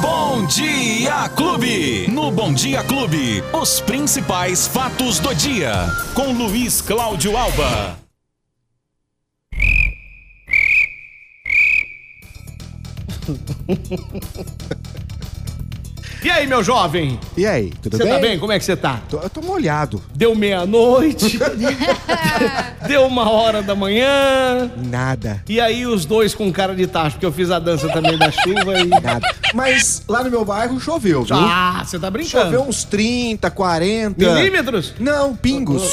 Bom Dia Clube. No Bom Dia Clube, os principais fatos do dia. Com Luiz Cláudio Alba. E aí, meu jovem? E aí, tudo Você bem? tá bem? Como é que você tá? Tô- eu tô molhado. Deu meia-noite. Deu uma hora da manhã. Nada. E aí, os dois com cara de tacho, porque eu fiz a dança também da chuva e. Nada. Mas lá no meu bairro choveu, viu? Ah, você tá brincando. Hum? Choveu um uns 30, 40. Milímetros? Não, pingos.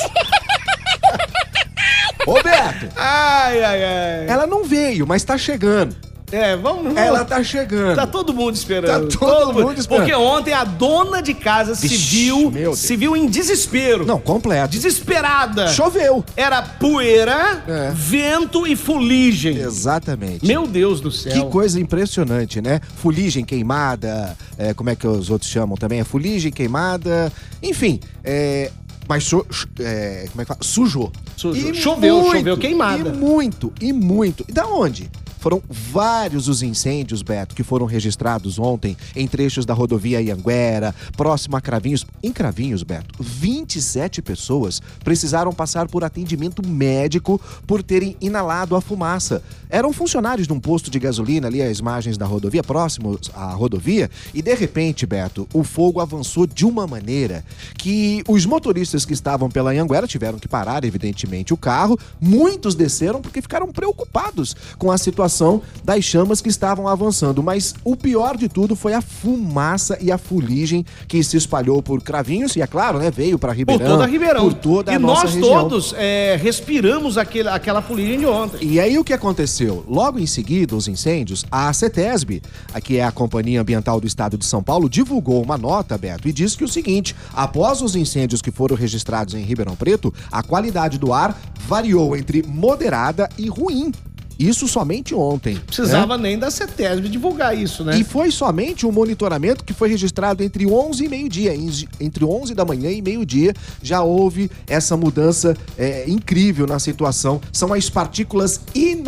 Ô, Beto, Ai, ai, ai. ela não veio, mas tá chegando. É, vamos. vamos. Ela tá chegando. Tá todo mundo esperando. Tá todo mundo esperando. Porque ontem a dona de casa se Vixe, meu viu, Deus. se viu em desespero. Não, completo. Desesperada. Choveu. Era poeira, É. vento e fuligem. Exatamente. Meu Deus do Que céu. coisa impressionante, né? Fuligem queimada, é, como é que os outros chamam também? É fuligem queimada, enfim. É, mas cho- cho- é, como é que fala? sujou. Sujou. Choveu, choveu queimada. E muito, e muito. E da onde? Foram vários os incêndios, Beto, que foram registrados ontem em trechos da rodovia Ianguera, próximo a Cravinhos. Em Cravinhos, Beto, 27 pessoas precisaram passar por atendimento médico por terem inalado a fumaça. Eram funcionários de um posto de gasolina ali às margens da rodovia, próximos à rodovia, e de repente, Beto, o fogo avançou de uma maneira que os motoristas que estavam pela Anhanguera tiveram que parar, evidentemente, o carro. Muitos desceram porque ficaram preocupados com a situação das chamas que estavam avançando. Mas o pior de tudo foi a fumaça e a fuligem que se espalhou por Cravinhos e, é claro, né, veio para Por Ribeirão. toda Ribeirão. Por toda a e nossa nós região. todos é, respiramos aquele, aquela fuligem de ontem. E aí o que aconteceu? Logo em seguida, os incêndios, a CETESB, a que é a Companhia Ambiental do Estado de São Paulo, divulgou uma nota, Beto, e disse que o seguinte, após os incêndios que foram registrados em Ribeirão Preto, a qualidade do ar variou entre moderada e ruim. Isso somente ontem. né? Precisava nem da CETESB divulgar isso, né? E foi somente um monitoramento que foi registrado entre 11 e meio-dia. Em- Entre 11 da manhã e meio-dia já houve essa mudança é, incrível na situação. São as partículas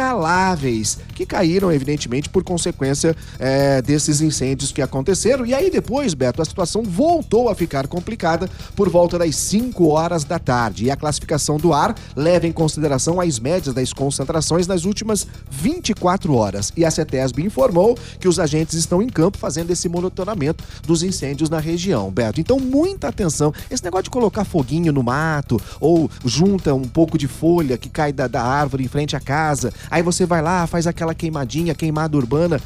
inaláveis que caíram, evidentemente, por consequência é, desses incêndios que aconteceram. E aí depois, Beto, a situação voltou a ficar complicada por volta das 5 horas da tarde. E a classificação do ar leva em consideração as médias das concentrações nas últimas 24 horas. E a CETESB informou que os agentes estão em campo fazendo esse monitoramento dos incêndios na região, Beto. Então, muita atenção. Esse negócio de colocar foguinho no mato ou junta um pouco de folha que cai da, da árvore em frente à casa, aí você vai lá, faz aquela queimadinha, queimada urbana.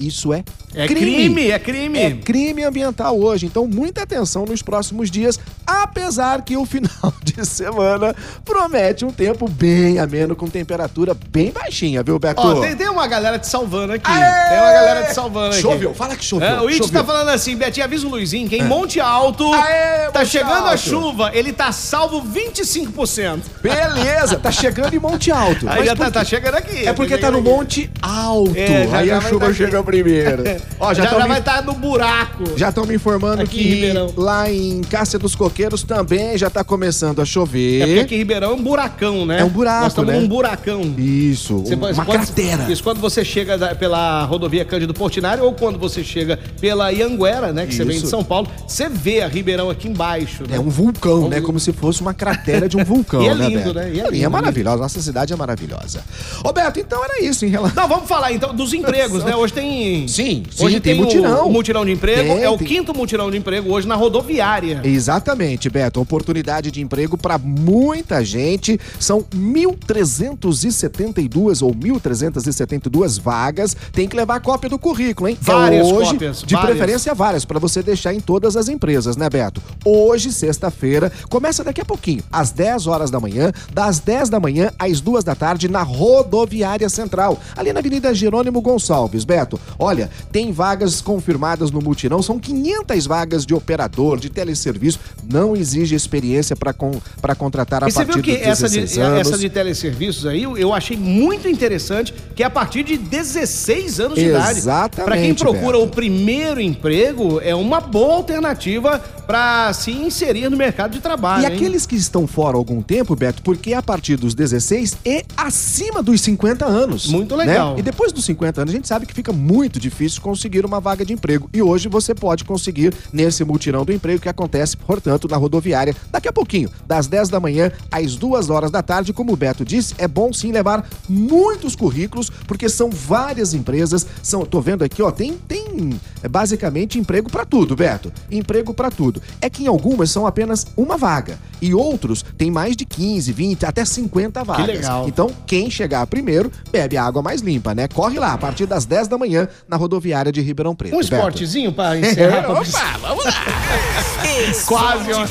Isso é, É crime, é crime. é crime ambiental hoje, então muita atenção nos próximos dias, apesar que o final de semana promete um tempo bem ameno, com temperatura bem baixinha, viu, Beto? Ó, tem, tem uma galera te salvando aqui. Aê! Tem uma galera te salvando aqui. Choveu, fala que choveu. É, o It choveu. É. tá falando assim, Betinho, avisa o Luizinho que em Monte Alto Aê, tá Monte chegando a Alto. chuva, ele tá salvo 25%. Beleza, tá chegando em Monte Alto. Aí Mas já por tá, quê? tá chegando aqui. É porque tá no chegando aqui. Monte Alto. É, já- Aí já a vai chuva tá- chega primeiro. Ó, já, já, tão já me vai estar no buraco. Já estão me informando Aqui em que Ribeirão. lá em Cássia dos Coqueiros também já tá começando a chover. É porque aqui em Ribeirão é um buracão, né? É um buraco, Nós estamos né? num buracão. Isso, Você um- pode- uma quando- cratera. Isso quando você chega da- pela rodovia Cândido Portinari ou quando você chega pela Ianguera, né? Que você vem de Isso. São Paulo, você vê a Ribeirão aqui embaixo. Né? É um vulcão, né? Como se fosse uma cratera de um vulcão, E é né, lindo, Beto? né? E é é, lindo, maravilhosa. Nossa cidade é maravilhosa. Roberto, então era isso em relação. Não, vamos falar então dos empregos, né? Hoje tem. Sim, sim, hoje tem tem, mutirão. O, o mutirão de emprego. Tem, é o tem. quinto mutirão de emprego hoje na rodoviária. Exatamente, Beto. Oportunidade de emprego para muita gente. São 1.372 ou 1.372 vagas. Tem que levar a cópia do currículo, hein? Várias é hoje, cópias, de várias. preferência várias, para você deixar em todas as empresas, né, Beto? Hoje, sexta-feira, começa daqui a pouquinho, às 10 horas da manhã, das 10 da manhã às 2 da tarde na Rodoviária Central, ali na Avenida Jerônimo Gonçalves, Beto. Olha, tem vagas confirmadas no mutirão, são 500 vagas de operador, de teleserviço, não exige experiência para con, pra contratar a E você partir viu que dos essa de, 16 anos. essa de teleserviços aí, eu eu achei muito interessante, que é a partir de 16 anos de idade. Exatamente, Pra quem procura Beto. o primeiro emprego, é uma boa alternativa para se inserir no mercado de trabalho. E Ah, hein? aqueles que estão fora há algum tempo, Beto, porque é a partir dos 16 e acima dos 50 anos. Muito né? legal. E depois dos 50 anos, a gente sabe que fica muito difícil conseguir uma vaga de emprego. E hoje você pode conseguir nesse mutirão do emprego que acontece, portanto, na rodoviária. Daqui a pouquinho, das 10 da manhã às 2 horas da tarde, como o Beto disse, é bom sim levar muitos currículos, porque são várias empresas. São, tô vendo aqui, ó, tem, tem é, basicamente emprego para tudo, Beto. Emprego para tudo. É que em algumas são apenas uma vaga e outros têm mais de 15, 20, até 50 vagas. legal. Então, quem chegar primeiro bebe a água mais limpa, né? Corre lá a partir das 10 da manhã na rodoviária de Ribeirão Preto. Um Beto. esportezinho para encerrar. pra você. vamos lá. Quase, ó. Rapaz.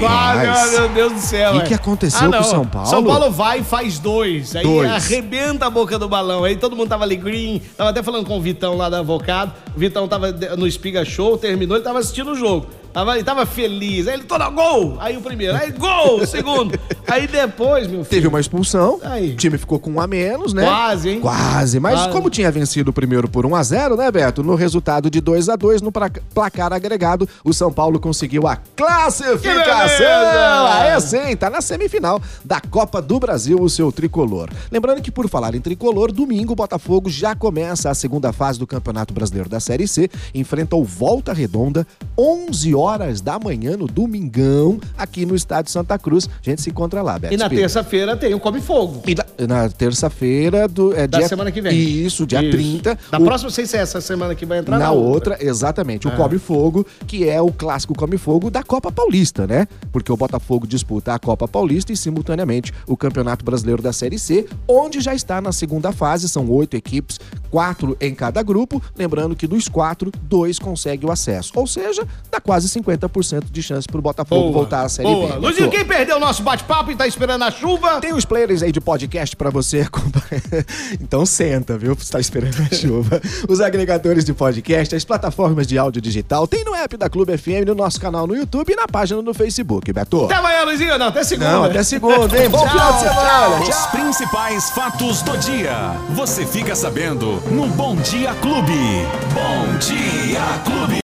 Quase, ó, meu Deus do céu. E é. que aconteceu com não. São Paulo? São Paulo vai e faz dois. Aí Dois. arrebenta a boca do balão. Aí todo mundo tava alegrinho. Tava até falando com o Vitão lá da Avocado. O Vitão tava de- no Espiga Show, terminou, ele tava assistindo o jogo. Tava, ele tava feliz. Aí ele, toda gol! Aí o primeiro, aí gol, o segundo. Aí depois, meu filho. Teve uma expulsão, Aí. o time ficou com um a menos, né? Quase, hein? Quase, mas Quase. como tinha vencido o primeiro por 1 a 0 né, Beto? No resultado de 2 a 2 no pra- placar agregado, o São Paulo conseguiu a Que classificação! beleza! Aê, sim, tá na semifinal da Copa do Brasil, o seu tricolor. Lembrando que, por falar em tricolor, domingo o Botafogo já começa a segunda fase do Campeonato Brasileiro da Série C, enfrenta o Volta Redonda, 11 horas da manhã no domingão, aqui no estádio Santa Cruz. A gente se encontra lá, Beto. E na Espírito. terça-feira tem o Come Fogo. E da- na terça-feira do. É, Da dia- semana que vem. Isso, dia Isso. 30. Na o- próxima, não sei se é essa semana que vai entrar. na não. outra, exatamente, É. o Cobre Fogo, que é o clássico Come Fogo da Copa Paulista, né? Porque o Botafogo disputa a Copa Paulista e, simultaneamente, o Campeonato Brasileiro da Série C, onde já está na segunda fase, são oito equipes, quatro em cada grupo. Lembrando que dos quatro, dois conseguem o acesso. Ou seja, dá quase 50% de chance pro Botafogo Boa, voltar à Série boa. B. Luizinho, quem perdeu o nosso bate-papo e tá esperando a chuva? Tem os players aí de podcast pra você acompanhar. Então senta, viu? Você tá esperando a chuva. Os agregadores de podcast, as plataformas de áudio digital, tem no app da Clube FM, no nosso canal no YouTube e na página no Facebook, Beto. Até amanhã, Luizinho. Não, até segunda. Não, até segunda, hein? Bom final de semana. Tá Tchau. Os principais fatos do dia. Você fica sabendo no Bom Dia Clube. Bom Dia Clube.